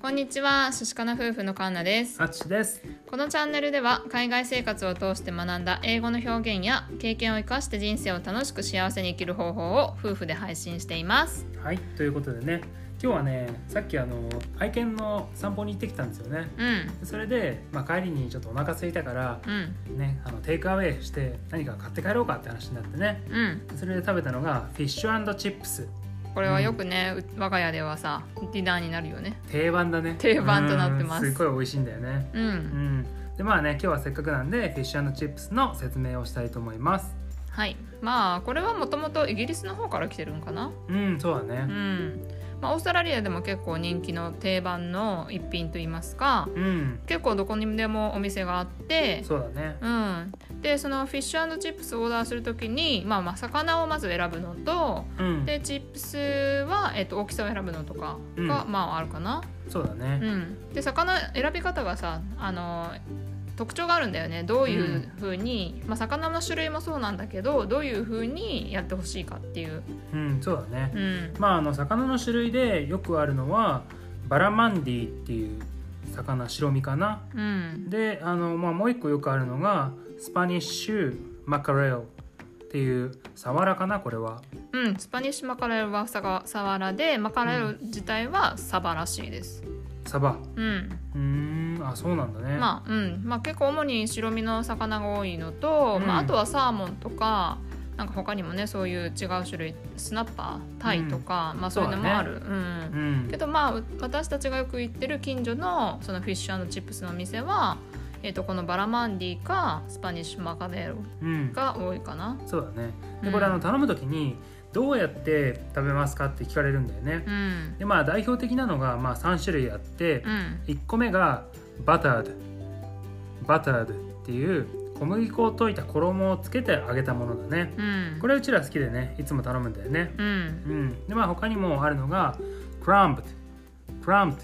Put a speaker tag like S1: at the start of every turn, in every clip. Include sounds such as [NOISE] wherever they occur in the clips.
S1: こんにちは、寿司かな夫婦のカンナです。
S2: あっちです。
S1: このチャンネルでは海外生活を通して学んだ英語の表現や経験を生かして人生を楽しく幸せに生きる方法を夫婦で配信しています。
S2: はい、ということでね、今日はね、さっきあの愛犬の散歩に行ってきたんですよね。
S1: うん、
S2: それで、まあ、帰りにちょっとお腹空いたから、
S1: うん、
S2: ね、あのテイクアウェイして何か買って帰ろうかって話になってね。
S1: うん。
S2: それで食べたのがフィッシュチップス。
S1: これはよくね、う我が家ではさ、ディナーになるよね。
S2: 定番だね。
S1: 定番となってます
S2: うんすごい美味しいんだよね。
S1: う、
S2: うんん。で、まあね、今日はせっかくなんでフィッシュチップスの説明をしたいと思います。
S1: はい。まあこれはもともとイギリスの方から来てるんかな。
S2: うん、そうだ
S1: う
S2: ね。
S1: ん。まあオーストラリアでも結構人気の定番の一品といいますか、
S2: うん、
S1: 結構どこにでもお店があって、
S2: そうだね。
S1: うん、でそのフィッシュチップスをオーダーするときに、まあ、まあ魚をまず選ぶのと
S2: うん、
S1: でチップスは、えっと大きさを選ぶのとかが、
S2: う
S1: まああるかな、
S2: そうだ
S1: う
S2: ね。
S1: ん、で魚選び方がさあの特徴があるんだよねどういうふうに、まあ、魚の種類もそうなんだけどどういうふうにやってほしいかっていう、
S2: うん、そうだね。
S1: うん、
S2: まあ、あの魚の種類でよくあるのはバラマンディっていう魚白身かな
S1: うん、
S2: であの、まあ、もう一個よくあるのがスパニッシュマカレオっていうサワラかなこれは
S1: うん、スパニッシュマカレルはさがサワラでマカレル自体はサバらしいです。
S2: サバ
S1: うん
S2: うーんあそうなんだね、
S1: まあうんまあ、結構主に白身の魚が多いのと、
S2: うん
S1: まあ、あとはサーモンとかなんか他にもねそういう違う種類スナッパータイとか、まあ、そういうのもあるう、、
S2: うんん
S1: けどまあう私たちがよく行ってる近所のそのフィッシュチップスの店は、えー、とこのバラマンディかスパニッシュマカデロ
S2: うん
S1: が多いかな。
S2: そうだね
S1: う
S2: で
S1: ん
S2: これあの頼む時にどうやって食べますかって聞かれるんだよね
S1: うん
S2: でまあ代表的なのが、まあ、3種類あって、
S1: うん
S2: 1個目がバタードバタードっていう小麦粉を溶いた衣をつけて揚げたものだね
S1: うん
S2: これうちら好きでねいつも頼むんだよね
S1: うん
S2: うんでまあ他にもあるのがクランプクランプ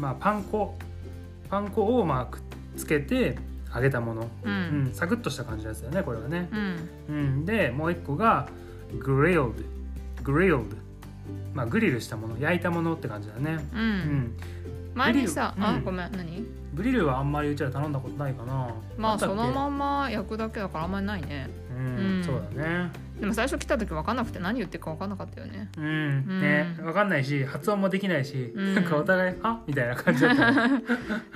S2: まあパン粉パン粉をまあくっつけて揚げたもの、
S1: う
S2: うんん、サクッとした感じですよねこれはね、
S1: うん
S2: うん、でもう1個がグリルドグリルドまあグリルしたもの焼いたものって感じだね
S1: う
S2: うんん
S1: 前にさ、
S2: うん
S1: あごめん何
S2: グリルはあんまりうちら頼んだことないかな
S1: まあ
S2: ったっ
S1: そ
S2: け
S1: のまんま焼くだけだからあんまりないね
S2: うん、
S1: うん
S2: そうだね
S1: でも最初来た時分かんなくて何言ってるか分かんなかったよね
S2: うん、ね
S1: うん
S2: わかんないし発音もできないし、
S1: うん
S2: なんかお互い「あみたいな感じだっ
S1: [LAUGHS]
S2: たね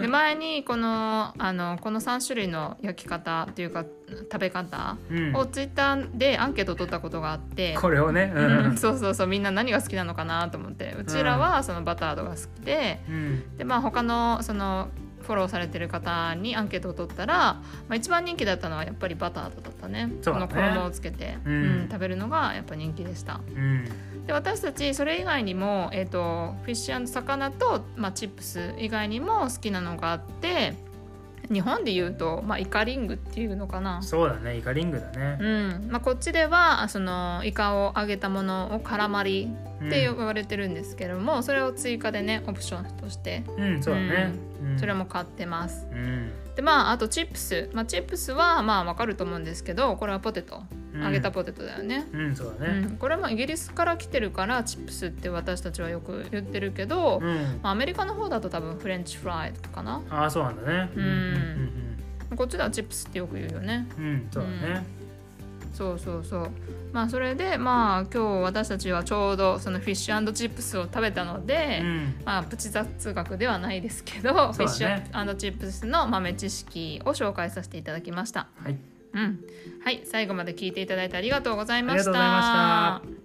S1: で前にこのあのこの3種類の焼き方っていうか食べ方
S2: うん
S1: をツイッターでアンケートを取ったことがあって、
S2: これをねう
S1: うん
S2: ん、
S1: そうそうそうみんな何が好きなのかなと思ってうちらはそのバタードが好きで
S2: うん、
S1: で、まあ、他のそのフォローされてる方にアンケートを取ったら、まあ、一番人気だったのはやっぱりバタードだったね
S2: そうだね
S1: この衣をつけて、
S2: うん
S1: うん食べるのがやっぱ人気でした。
S2: うん
S1: で私たちそれ以外にも、えー、とフィッシュ魚と、まあ、チップス以外にも好きなのがあって日本で言うと、まあ、イカリングっていうのかな、
S2: そうだねイカリングだね、
S1: うんまあ、こっちではそのイカを揚げたものをカラマリって呼ばれてるんですけども、それを追加でねオプションとして
S2: うん、うん、そうだね、うん、
S1: それも買ってます。
S2: うん、
S1: でまあ、あとチップス、まあ、チップスはまあわかると思うんですけどこれはポテト
S2: うん
S1: 揚げたポテトだよね。
S2: うんそうだ
S1: う
S2: ね
S1: ん、これもイギリスから来てるからチップスって私たちはよく言ってるけど、
S2: うん、
S1: まあアメリカの方だと多分フレンチフライかな
S2: ああそうなんだね
S1: うん
S2: うん
S1: こっちではチップスってよく言うよね
S2: うんうんうんそうだね
S1: そうそうそうまあそれでまあ今日私たちはちょうどそのフィッシュチップスを食べたので、
S2: うん
S1: まあ、プチ雑学ではないですけど、フィッシュチップスの豆知識を紹介させていただきました
S2: はい
S1: うんはい最後まで聞いていただいてありがとうございました
S2: ありがとうございました